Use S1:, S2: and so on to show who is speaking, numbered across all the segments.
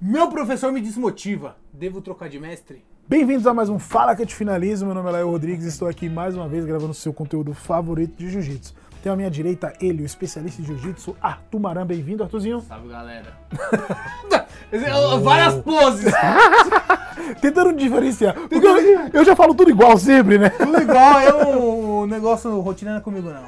S1: Meu professor me desmotiva. Devo trocar de mestre?
S2: Bem-vindos a mais um Fala que eu te finalizo. Meu nome é Laio Rodrigues e estou aqui mais uma vez gravando o seu conteúdo favorito de jiu-jitsu. Tem à minha direita ele, o especialista em jiu-jitsu, Arthur Maran. Bem-vindo, Arthurzinho.
S1: Salve, galera. Várias poses.
S2: Tentando diferenciar. Porque eu, eu já falo tudo igual sempre, né?
S1: Tudo é igual, eu um negócio rotina não é comigo, não.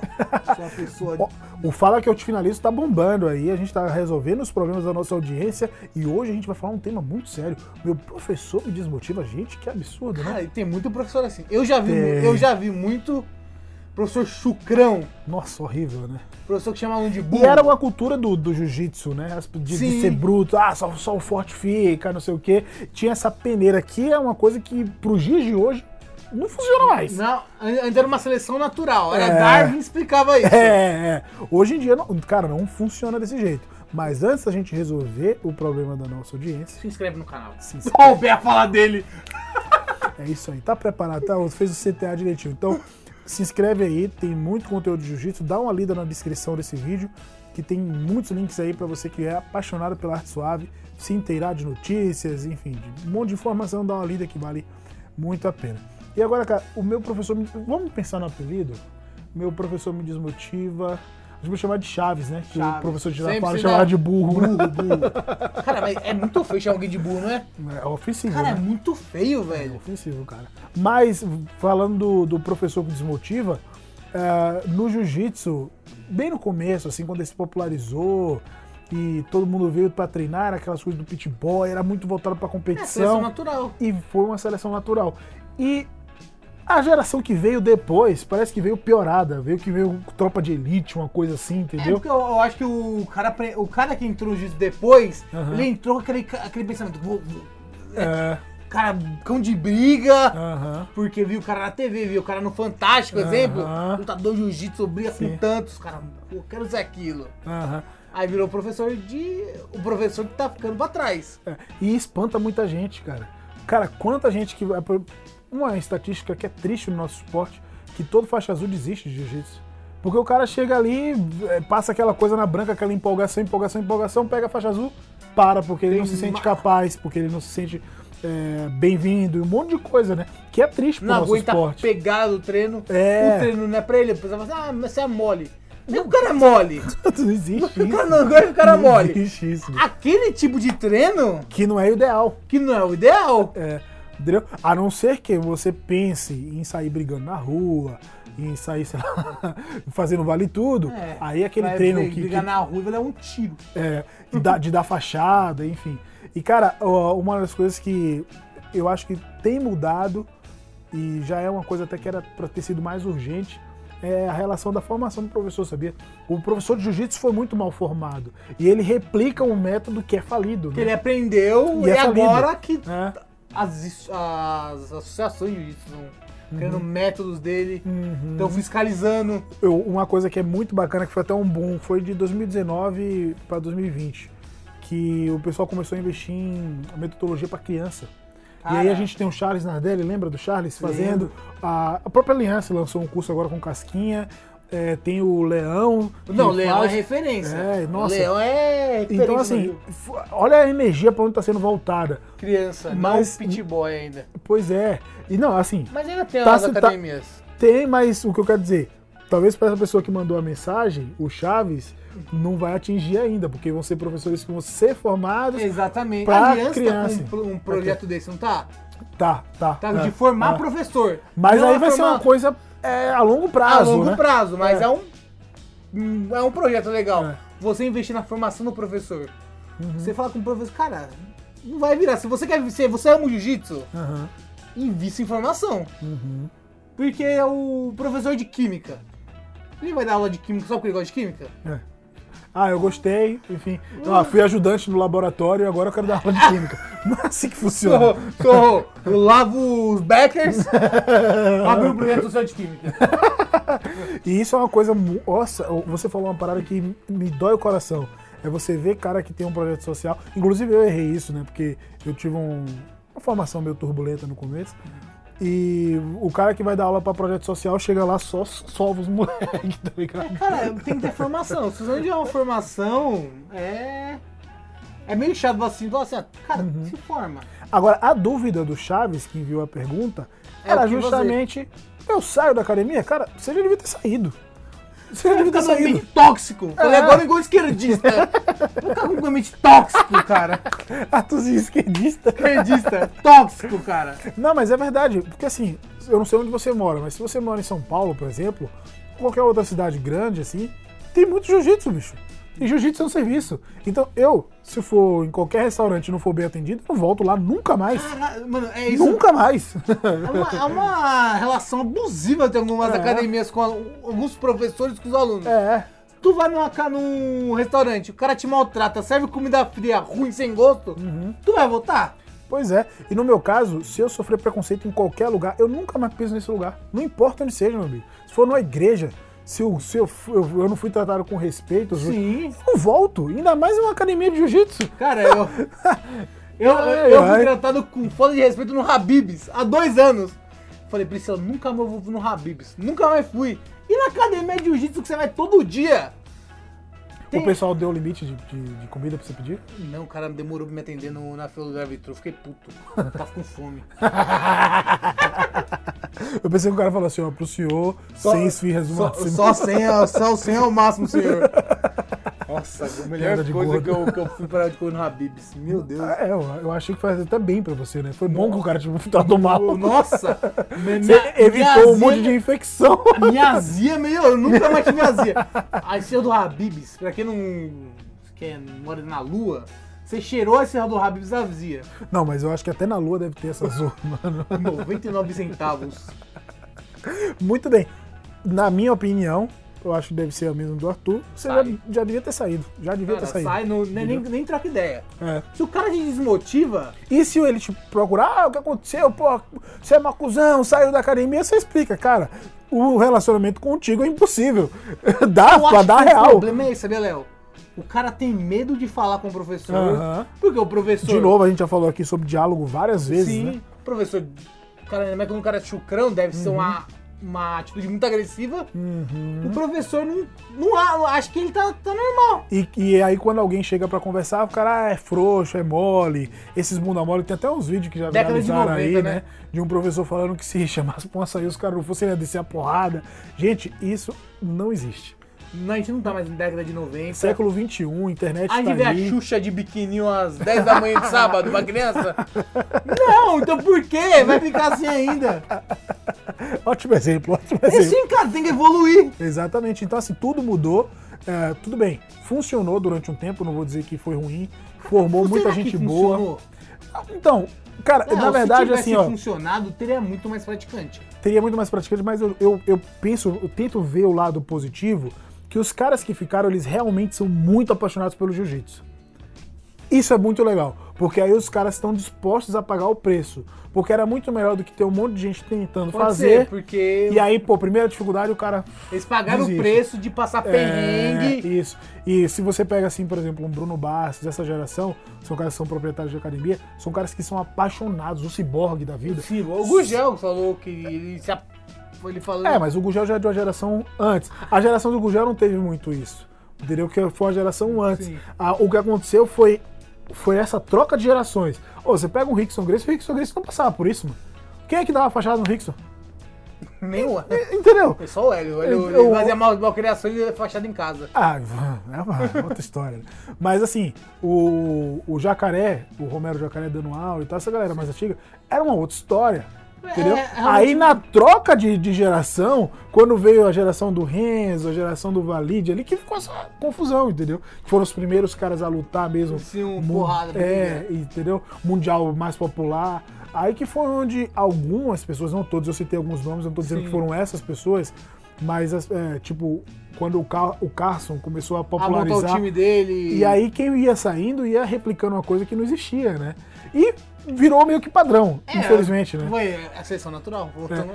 S1: Sou uma pessoa.
S2: Ó, O Fala que eu te finalizo tá bombando aí, a gente tá resolvendo os problemas da nossa audiência e hoje a gente vai falar um tema muito sério. Meu professor me desmotiva, gente, que absurdo, né?
S1: Cara, tem muito professor assim. Eu já vi,
S2: Tem.
S1: eu já vi muito professor chucrão,
S2: Nossa, horrível, né?
S1: professor que chama aluno de burro.
S2: E era uma cultura do, do jiu-jitsu, né? As- De, de
S1: Hum. Sim.
S2: ser bruto, ah, só, só o forte fica, não sei o quê. Tinha essa peneira que é uma coisa que pro dias de hoje não funciona mais.
S1: Não, ainda era uma seleção natural. Era
S2: É.
S1: Darwin explicava isso.
S2: É, é. Hoje em dia, não- cara, não funciona desse jeito. Mas antes da gente resolver o problema da nossa audiência,
S1: Se inscreve no canal.
S2: se
S1: Souber a falar dele.
S2: É isso aí, tá preparado, tá? Fez o CTA direitinho. Então, se inscreve aí, tem muito conteúdo de jiu-jitsu, dá uma lida na descrição desse vídeo, que tem muitos links aí pra você que é apaixonado pela arte suave, se inteirar de notícias, enfim, de um monte de informação, dá uma lida que vale muito a pena. E agora, cara, o meu professor, me- vamos pensar no apelido? Meu professor me desmotiva, a gente vai chamar de Chaves, né? Que o
S1: Chaves.
S2: professor de
S1: Sempre
S2: Japão
S1: se
S2: chamava
S1: dá-
S2: de burro, né?
S1: Burro, burro. Cara, mas é muito feio chamar alguém de burro, não é?
S2: É ofensivo,
S1: Cara, é
S2: né?
S1: muito feio,
S2: É
S1: velho.
S2: ofensivo, cara. Mas, falando do, do professor que desmotiva, eh, no jiu-jitsu, bem no começo, assim, quando ele se popularizou e todo mundo veio pra treinar, era aquelas coisas do pit boy, era muito voltado pra
S1: É seleção
S2: competição
S1: natural.
S2: e foi uma seleção natural. E a geração que veio depois, parece que veio piorada, veio que veio com tropa de elite, uma coisa assim,
S1: É
S2: entendeu?
S1: porque eu, eu acho que o cara, pre- o cara que entrou disso depois,
S2: Aham.
S1: ele entrou com aquele, ca- aquele pensamento, "Vou- vou-
S2: É,
S1: cara, cão de briga,
S2: aham.
S1: porque viu o cara na TV, viu o cara no Fantástico, exemplo,
S2: Aham.
S1: lutador de jiu-jitsu, briga
S2: Sim.
S1: com tantos, cara, eu quero ser aquilo.
S2: aham.
S1: Aí virou professor de... o professor que tá ficando pra trás.
S2: É, E espanta muita gente, cara. Cara, quanta gente que. vai pro- Uma estatística que é triste no nosso esporte, que todo faixa azul desiste de jiu-jitsu. Porque o cara chega ali, é, passa aquela coisa na branca, aquela empolgação, empolgação, empolgação, pega a faixa azul, para, porque ele não se sente
S1: ma-
S2: capaz, porque ele não se sente é, bem-vindo, e um monte de coisa, né? Que é triste pro
S1: Não
S2: nosso
S1: aguenta
S2: esporte.
S1: pegar do treino,
S2: É.
S1: o treino não é pra ele, ele pensava assim, ah, mas você é mole. Nem o cara é mole,
S2: Não existe
S1: o
S2: isso.
S1: cara não aguenta o cara é
S2: Não
S1: mole.
S2: existe isso.
S1: Aquele tipo de treino,
S2: Que não é o ideal.
S1: que não é o ideal,
S2: É, entendeu? A não ser que você pense em sair brigando na rua, em sair, sei lá, fazendo vale tudo.
S1: É,
S2: aí aquele
S1: vai
S2: treino
S1: bri-
S2: que,
S1: brigar
S2: que-
S1: na rua, ele é um tiro.
S2: é, de, dar, de dar fachada, enfim. E, cara, ó, uma das coisas que eu acho que tem mudado e já é uma coisa até que era pra ter sido mais urgente é a relação da formação do professor, sabia? O professor de jiu-jitsu foi muito mal formado e ele replica um método que é falido,
S1: Que
S2: né?
S1: ele aprendeu
S2: E
S1: e,
S2: é falido.
S1: agora que
S2: É.
S1: as, is- as associações de jiu-jitsu estão criando métodos dele,
S2: Uhum.
S1: estão fiscalizando.
S2: Eu- uma coisa que é muito bacana, que foi até um boom, foi de 2019 para 2020, que o pessoal começou a investir em metodologia para criança. E aí
S1: Cara.
S2: a gente tem o Charles Nardelli, lembra do Charles
S1: Lembro.
S2: fazendo? A, a própria Aliança lançou um curso agora com Casquinha, é, tem o Leão. que
S1: Não, Leão
S2: faz-
S1: é referência.
S2: É, nossa.
S1: Leão é referência.
S2: Então, assim, f- olha a energia para onde está sendo voltada.
S1: criança,
S2: mas-
S1: não pit boy ainda.
S2: Pois é. E não, assim,
S1: Mas ainda tem
S2: Tá
S1: as
S2: se- tá-
S1: academias.
S2: Tem, mas o que eu quero dizer, talvez para essa pessoa que mandou a mensagem, o Chaves, não vai atingir ainda, porque vão ser professores que vão ser formados.
S1: Exatamente.
S2: Pra
S1: a criança,
S2: criança. assim.
S1: tá com um pro- um, projeto desse, não tá?
S2: Tá, tá.
S1: Tá
S2: é,
S1: de formar
S2: é.
S1: professor.
S2: Mas
S1: Não
S2: aí
S1: é
S2: vai ser
S1: formar
S2: uma coisa é, a longo prazo.
S1: a longo
S2: né?
S1: prazo, mas
S2: É.
S1: é, um um- é Uhum. um projeto legal.
S2: É.
S1: Você investir na formação do professor. Você fala com o professor, cara, não vai virar. Se você quer ser, você ama o jiu-jitsu,
S2: Aham,
S1: invista em formação.
S2: uhum.
S1: Porque é o professor de química. Ele vai dar aula de química só porque ele gosta de química?
S2: É. Ah, eu gostei, enfim. Ah, fui ajudante no laboratório e agora eu quero dar aula de química. Não é assim que
S1: Sou,
S2: funciona.
S1: sou, eu lavo os backers, abri o projeto do seu de química.
S2: E isso é uma coisa. mu- Nossa, você falou uma parada que me dói o coração. É você ver cara que tem um projeto social. Inclusive eu errei isso, né? Porque eu tive um- uma formação meio turbulenta no começo. E o cara que vai dar aula pra projeto social chega lá só salva os moleques, tá ligado?
S1: Cara, tem que ter formação. Se você não tiver uma formação, é. É meio chato assim, falar assim, ó, cara, se forma.
S2: Agora, a dúvida do Chaves, que enviou a pergunta,
S1: É,
S2: era
S1: o que você-
S2: justamente: eu saio da academia? Cara, você já devia ter saído. Você já devia ter
S1: Fica com
S2: saído.
S1: mente Tá tóxico. Falei
S2: É.
S1: agora igual esquerdista. Nunca com mente tóxico, cara.
S2: Atuzinho esquerdista.
S1: Esquerdista, tóxico, cara.
S2: Não, mas é verdade, porque assim, eu não sei onde você mora, mas se você mora em São Paulo, por exemplo, ou qualquer outra cidade grande, assim, tem muito jiu-jitsu, bicho. E jiu-jitsu é um serviço. Então, eu, se for em qualquer restaurante e não for bem atendido, eu não volto lá nunca mais.
S1: Cara, mano, é isso.
S2: Nunca mais.
S1: É uma, é uma relação abusiva de algumas
S2: É.
S1: academias com a- alguns professores com os alunos.
S2: é.
S1: Tu vai numa, ca- num restaurante, o cara te maltrata, serve comida fria, ruim, sem gosto, tu vai voltar?
S2: Pois é. E no meu caso, se eu sofrer preconceito em qualquer lugar, eu nunca mais piso nesse lugar. Não importa onde seja, meu amigo. Se for numa igreja, se, eu, se eu, fu- eu, eu não fui tratado com respeito, eu
S1: Sim.
S2: não volto. Ainda mais em uma academia de jiu-jitsu.
S1: Cara, eu. eu,
S2: Ai,
S1: eu fui
S2: ai.
S1: tratado com falta de respeito no Habibs há dois anos. Falei, Priscila, nunca mais vou no Habibs. Nunca mais fui. E na academia de jiu-jitsu que você vai todo dia? Tem-
S2: O pessoal deu o limite de, de- de comida pra você pedir?
S1: Não, o cara demorou pra me atender no, na fila do árbitro. Eu fiquei puto. Tava com fome.
S2: Eu pensei que o cara falou assim, ó, pro senhor,
S1: Só-
S2: sem esfirras uma
S1: Só, só 100 é, só 100 é o máximo, senhor. Nossa, a melhor
S2: Piada de
S1: coisa
S2: gordo.
S1: que eu, que eu fui parar de comer no Habibs. Meu Deus.
S2: É, eu, eu achei que faz até bem pra você, né? Foi bom que o cara te tratou mal.
S1: Nossa! me-
S2: Você
S1: minha- minha
S2: evitou um monte de
S1: azia-
S2: infecção.
S1: Minha azia, meio, eu nunca mais tive azia. A estrela do Habibs, pra quem não quem mora na lua, você cheirou a estrela do Habibs azia.
S2: Não, mas eu acho que até na lua deve ter essa zona, mano.
S1: 99 centavos.
S2: Muito bem. Na minha opinião, eu acho que deve ser a mesma do Arthur. Você já,
S1: Sai.
S2: já devia ter saído. Já devia
S1: Cara,
S2: ter saído.
S1: sai, não, é nem, nem, nem troca ideia.
S2: É.
S1: Se o cara te desmotiva,
S2: E se ele te procurar, ah, o que aconteceu? Pô, você é macuzão, saiu da academia, você explica, cara. O relacionamento contigo é impossível. Dá
S1: Eu acho
S2: pra dar
S1: que O
S2: real.
S1: problema é esse, sabia, Léo? O cara tem medo de falar com o professor.
S2: Aham.
S1: Porque o professor.
S2: De novo, a gente já falou aqui sobre diálogo várias vezes,
S1: é sim.
S2: né?
S1: O professor. Cara, mas quando o cara é chucrão, deve ser uma, uma atitude muito agressiva. O professor não, não a- acha que ele tá, tá normal.
S2: E, e aí quando alguém chega pra conversar, o cara ah, é frouxo, é mole, esses bunda mole, tem até uns vídeos que já
S1: Década de
S2: viralizaram
S1: 90,
S2: aí, né?
S1: né?
S2: De um professor falando que se chamasse pra uma sair, os caras não fossem ia descer a porrada. Gente, isso não existe.
S1: Não, a gente não tá mais na década de 90.
S2: Século XXI, internet
S1: A gente
S2: tá
S1: vê a
S2: aí.
S1: Xuxa de biquininho às 10 da manhã de sábado, uma criança? Não, então por quê? Vai ficar assim ainda.
S2: Ótimo exemplo, ótimo
S1: E
S2: exemplo.
S1: sim, cara, tem que evoluir.
S2: Exatamente. Então, assim, tudo mudou. É, tudo bem, funcionou durante um tempo, não vou dizer que foi ruim. Formou muita
S1: Será que
S2: gente boa.
S1: funcionou?
S2: Então, cara,
S1: Não,
S2: na verdade,
S1: se
S2: assim,
S1: tivesse
S2: ó,
S1: funcionado, teria muito mais praticante.
S2: teria muito mais praticante, mas eu, eu, eu penso, eu tento ver o lado positivo, que os caras que ficaram, eles realmente são muito apaixonados pelo jiu-jitsu. Isso é muito legal, porque aí os caras estão dispostos a pagar o preço. Porque era muito melhor do que ter um monte de gente tentando
S1: Pode
S2: fazer.
S1: ser, porque
S2: E aí, pô, primeira dificuldade, o cara
S1: eles pagaram
S2: Desiste.
S1: o preço de passar
S2: É,
S1: perrengue.
S2: isso. E se você pega, assim, por exemplo, um Bruno Bastos, essa geração, são caras que são proprietários de academia, são caras que são apaixonados, o ciborgue da vida.
S1: Sim, o Gugel falou que ele se. a- Ele falou.
S2: É, mas o Gugel já é de uma geração antes. A geração do Gugel não teve muito isso. Entendeu? Que foi uma geração antes.
S1: Sim.
S2: Ah, o que aconteceu foi, foi essa troca de gerações. Ô, você pega um Rickson Grace, o Rickson Grace não passava por isso, mano. Quem é que dava fachada no Rickson?
S1: nem o Hélio.
S2: Entendeu?
S1: Foi só o Hélio. O Hélio
S2: Eu-
S1: ele fazia mal, malcriação e fachada em casa.
S2: Ah, é uma é outra história. né? Mas assim, o, o Jacaré, o Romero Jacaré dando aula e tal, essa galera mais antiga, era uma outra história. Entendeu?
S1: é uma
S2: Aí na troca de, de geração, quando veio a geração do Renzo, a geração do Valide ali, que ficou essa confusão, entendeu? Que foram os primeiros caras a lutar mesmo.
S1: Sim, um
S2: Mu-
S1: porrada.
S2: É, entendeu? Mundial mais popular. Aí que foi onde algumas pessoas, não todos, eu citei alguns nomes, eu não tô dizendo
S1: Sim.
S2: que foram essas pessoas, mas as- é, tipo, quando o, Car o Carson começou a
S1: A montar Ah, o
S2: popularizar.
S1: time dele.
S2: E aí quem ia saindo ia replicando uma coisa que não existia, né? E virou meio que padrão,
S1: É,
S2: infelizmente, né? É.
S1: Foi a seleção natural. voltando-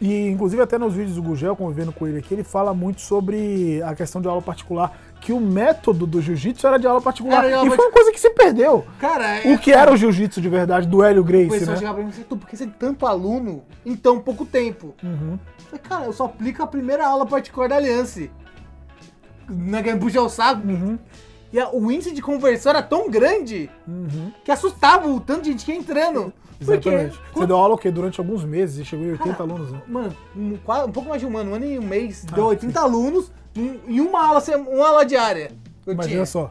S2: E inclusive até nos vídeos do Gugel, convivendo com ele aqui, ele fala muito sobre a questão de aula particular, que o método do jiu-jitsu era de aula particular.
S1: Era de aula
S2: e foi uma coisa que se perdeu.
S1: Cara, é-
S2: O que era o jiu-jitsu de verdade do Hélio
S1: o
S2: Gracie,
S1: pessoal
S2: né?
S1: chegava pra mim e disse, "Tu, por que você tem tanto aluno em tão pouco tempo?
S2: Uhum.
S1: Eu falei, cara, eu só aplico a primeira aula particular da Aliança. Não é que puxar o saco.
S2: Uhum.
S1: E a- o índice de conversão era tão grande
S2: Uhum,
S1: que assustava o tanto de gente que ia entrando. Porque,
S2: exatamente. Você deu aula o quê? Durante alguns meses e chegou em 80 alunos, né?
S1: mano, um, qua- um pouco mais de um ano, um ano e um mês,
S2: Ah,
S1: deu 80 alunos em em uma aula, sem- uma aula diária. Eu
S2: Imagina
S1: tinha.
S2: só.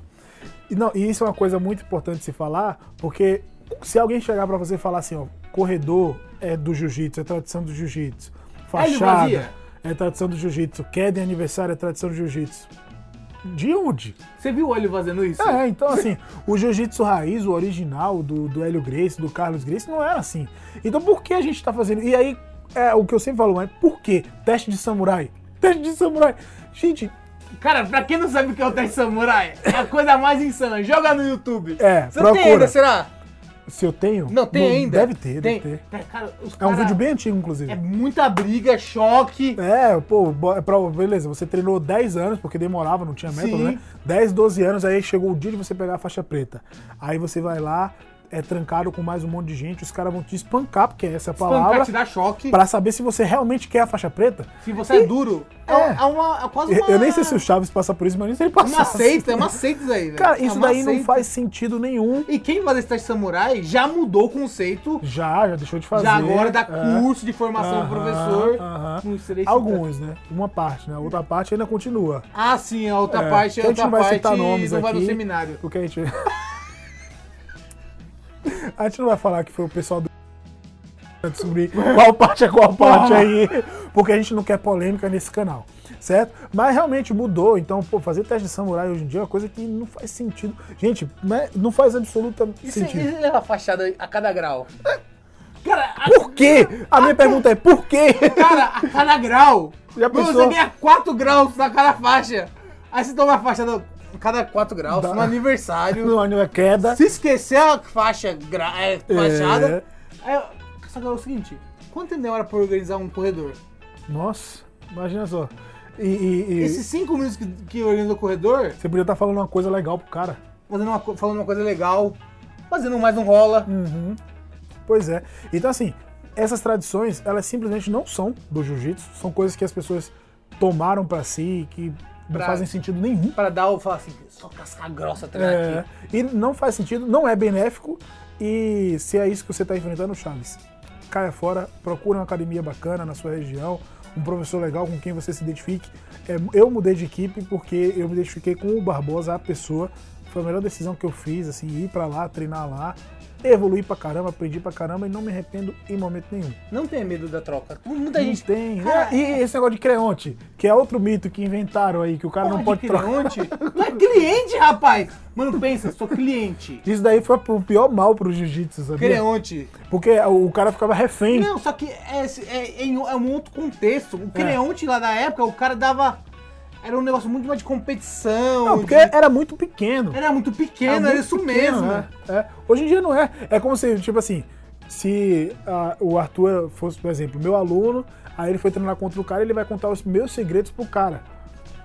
S2: E, não, e isso é uma coisa muito importante de se falar, porque se alguém chegar pra você e falar assim, ó, corredor é do jiu-jitsu, é tradição do jiu-jitsu,
S1: Hélio
S2: fachada
S1: Vazia.
S2: é tradição do jiu-jitsu, queda em aniversário é tradição do jiu-jitsu. De onde?
S1: Você viu o olho fazendo isso?
S2: É, então assim, o jiu-jitsu raiz, o original do, do Hélio Grace, do Carlos Grace, não era assim. Então por que a gente tá fazendo? E aí, é o que eu sempre falo, mas por que? Teste de samurai. Teste de samurai. Gente,
S1: Cara, pra quem não sabe o que é o teste samurai, é a coisa mais insana. Joga no YouTube.
S2: É,
S1: Você não tem
S2: procura.
S1: ainda, será?
S2: se eu tenho.
S1: Não, tem ainda.
S2: Deve ter,
S1: tem.
S2: deve ter.
S1: Cara, os
S2: É um
S1: cara-
S2: vídeo bem antigo, inclusive.
S1: É muita briga, choque.
S2: É, pô, bo- é pra- beleza, você treinou 10 anos, porque demorava, não tinha método,
S1: Sim.
S2: né? 10, 12 anos, aí chegou o dia de você pegar a faixa preta. Aí você vai lá, é trancado com mais um monte de gente, os caras vão te espancar, porque é essa a
S1: Espancar,
S2: palavra,
S1: te dá choque.
S2: pra saber se você realmente quer a faixa preta.
S1: Se você é duro, é,
S2: É.
S1: é uma, é quase
S2: Eu-
S1: uma...
S2: Eu nem sei se o Chaves passa por isso, mas nem sei se ele
S1: É uma
S2: passa.
S1: seita, é uma seita isso aí, velho.
S2: Cara,
S1: É
S2: isso
S1: uma
S2: daí não
S1: seita.
S2: faz sentido nenhum.
S1: E quem faz esse teste samurai já mudou o conceito.
S2: Já, já deixou de fazer.
S1: já agora dá
S2: é.
S1: curso de formação pro
S2: Aham,
S1: professor.
S2: aham.
S1: Não sei se-
S2: Alguns, né? Uma parte, né? A outra parte ainda continua.
S1: Ah, sim, a outra
S2: É,
S1: parte, a
S2: então a
S1: outra
S2: gente não vai
S1: parte
S2: citar nomes
S1: não vai no
S2: aqui.
S1: seminário.
S2: O que a gente. a gente não vai falar que foi o pessoal do. pra descobrir qual parte é qual parte aí. Porque a gente não quer polêmica nesse canal. Certo? Mas realmente mudou. Então, pô, fazer teste de samurai hoje em dia é uma coisa que não faz sentido. Gente, né, não faz absoluta
S1: E se, e
S2: sentido.
S1: se é levar fachada a cada grau? Cara, a,
S2: Por quê? A minha pergunta é por quê?
S1: cara, a cada grau.
S2: Já
S1: Mano,
S2: pensou?
S1: Você ganha 4 graus na cada faixa. Aí você toma a faixa da- a cada 4 graus,
S2: Dá.
S1: no aniversário.
S2: No ano é queda.
S1: Se esquecer a faixa gra- é, fachada.
S2: É.
S1: É, só que é o seguinte: quanto tempo demora pra organizar um corredor?
S2: Nossa, imagina só. E, e- e
S1: Esses 5 minutos que, que organiza o corredor,
S2: você podia estar falando uma coisa legal pro cara.
S1: fazendo uma, co- falando uma coisa legal, fazendo um mais um rola.
S2: Uhum. Pois é. Então, assim, essas tradições, elas simplesmente não são do jiu-jitsu, são coisas que as pessoas tomaram pra si, que não
S1: Pra-
S2: fazem sentido nenhum.
S1: Pra dar o falar assim, só casca grossa atrás
S2: É,
S1: aqui.
S2: e não faz sentido, não é benéfico. E se é isso que você tá enfrentando, Chaves, caia fora, procure uma academia bacana na sua região, um professor legal com quem você se identifique. É, eu mudei de equipe porque eu me identifiquei com o Barbosa, a pessoa. Foi a melhor decisão que eu fiz, assim, ir pra lá, treinar lá, evoluir pra caramba, aprendi pra caramba e não me arrependo em momento nenhum.
S1: Não tenha medo da troca. Muita
S2: Não
S1: gente
S2: tem. né?
S1: Cara,
S2: e esse negócio de creonte, que é outro mito que inventaram aí, que o cara
S1: Porra
S2: não pode
S1: de
S2: trocar.
S1: cliente? Não é cliente, rapaz! Mano, pensa, sou cliente.
S2: Isso daí foi o pior mal pro jiu-jitsu, sabia?
S1: Creonte.
S2: Porque o cara ficava refém.
S1: Não, só que é, é- é em um- é um outro contexto.
S2: É.
S1: O creonte lá da época, o cara dava. Era um negócio muito mais de competição.
S2: Não, porque
S1: de-
S2: era muito pequeno.
S1: Era muito pequeno, era,
S2: muito
S1: isso
S2: pequeno,
S1: mesmo.
S2: né? É. Hoje em dia não é. É como se, tipo assim, se ah, o Arthur fosse, por exemplo, meu aluno, aí ele foi treinar contra o cara, ele vai contar os meus segredos pro cara.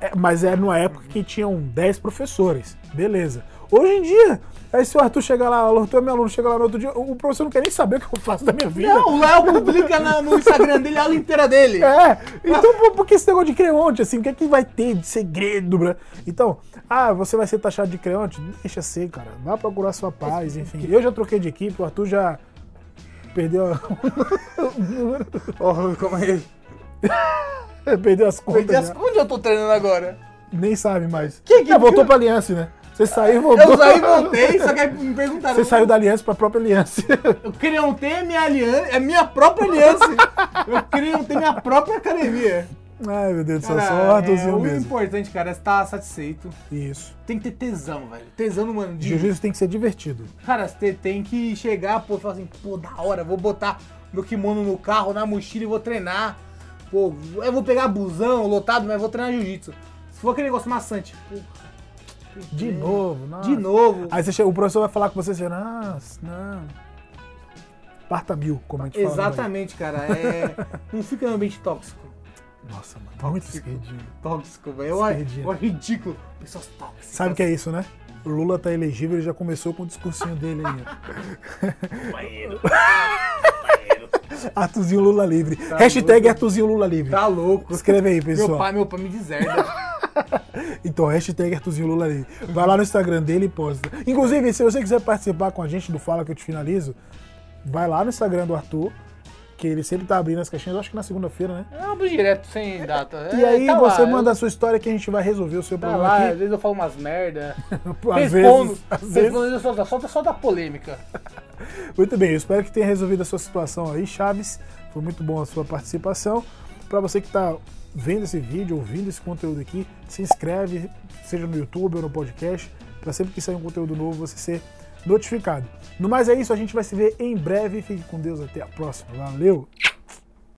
S2: É, mas era numa época que tinham 10 professores. Beleza. Hoje em dia, aí se o Arthur chegar lá, o Arthur é meu aluno, chega lá no outro dia, o professor não quer nem saber o que eu faço da minha vida.
S1: Não, o Léo publica na- no Instagram dele a aula inteira dele.
S2: É, então por, por que esse negócio de creonte, assim? O que é que vai ter de segredo, né? Então, ah, você vai ser taxado de creonte? Deixa ser, cara. Vá procurar sua paz, enfim. Eu já troquei de equipe, o Arthur já perdeu, a-
S1: Oh, calma aí.
S2: perdeu as contas,
S1: Perdi as-
S2: já.
S1: Onde eu tô treinando agora?
S2: nem sabe mais.
S1: Que- que-
S2: é, voltou pra aliança, né? Você saiu e voltou.
S1: Eu saí e voltei, só que aí me perguntaram.
S2: Você saiu da aliança pra própria aliança.
S1: Eu criei um ter minha aliança, é minha própria aliança. eu criei um ter minha própria academia.
S2: Ai, meu Deus do céu,
S1: Cara,
S2: só o
S1: é,
S2: Arthurzinho
S1: o
S2: mesmo.
S1: importante, cara, é estar satisfeito.
S2: Isso.
S1: Tem que ter tesão, velho. Tesão, mano. De...
S2: Jiu-jitsu tem que ser divertido.
S1: Cara, você tem que chegar, pô, e falar assim, pô, da hora, vou botar meu kimono no carro, na mochila e vou treinar. Pô, eu vou pegar busão, lotado, mas vou treinar jiu-jitsu. Se for aquele negócio maçante, pô,
S2: De novo, nossa.
S1: É. de novo.
S2: Aí você chega- o professor vai falar com você assim, nossa, não. Parta mil, como a gente fala. na Bahia.
S1: Exatamente, cara. É... Não fica em ambiente tóxico.
S2: Nossa, mano, tá muito esquerdinho.
S1: Tóxico, velho. Eu acho
S2: Esquerdinha.
S1: eu acho ridículo. Pessoas tóxicas.
S2: Sabe o que é isso, né? O Lula tá elegível, ele já começou com o discursinho dele aí. ó. Arthurzinho Lula livre. Hashtag
S1: doido.
S2: Arthurzinho Lula livre.
S1: Tá louco.
S2: Escreve aí, pessoal.
S1: Meu pai, meu pai me deserda.
S2: Então, hashtag Artuzinho Lula aí. Vai lá no Instagram dele e posta. Inclusive, se você quiser participar com a gente do Fala Que Eu Te Finalizo, vai lá no Instagram do Arthur, que ele sempre tá abrindo as caixinhas, eu acho que na segunda-feira, né?
S1: É um direto sem data.
S2: E
S1: É,
S2: aí
S1: tá lá,
S2: você
S1: eu-
S2: manda a sua história que a gente vai resolver o seu
S1: Tá
S2: problema
S1: lá, às
S2: aqui.
S1: vezes eu falo umas merda.
S2: Às
S1: respondo.
S2: vezes, às vezes.
S1: respondo, eu só, só, só da polêmica.
S2: Muito bem, eu espero que tenha resolvido a sua situação aí, Chaves. Foi muito bom a sua participação. Para você que está vendo esse vídeo, ouvindo esse conteúdo aqui, se inscreve, seja no YouTube ou no podcast, para sempre que sair um conteúdo novo você ser notificado. No mais é isso, a gente vai se ver em breve. Fique com Deus, até a próxima. Valeu!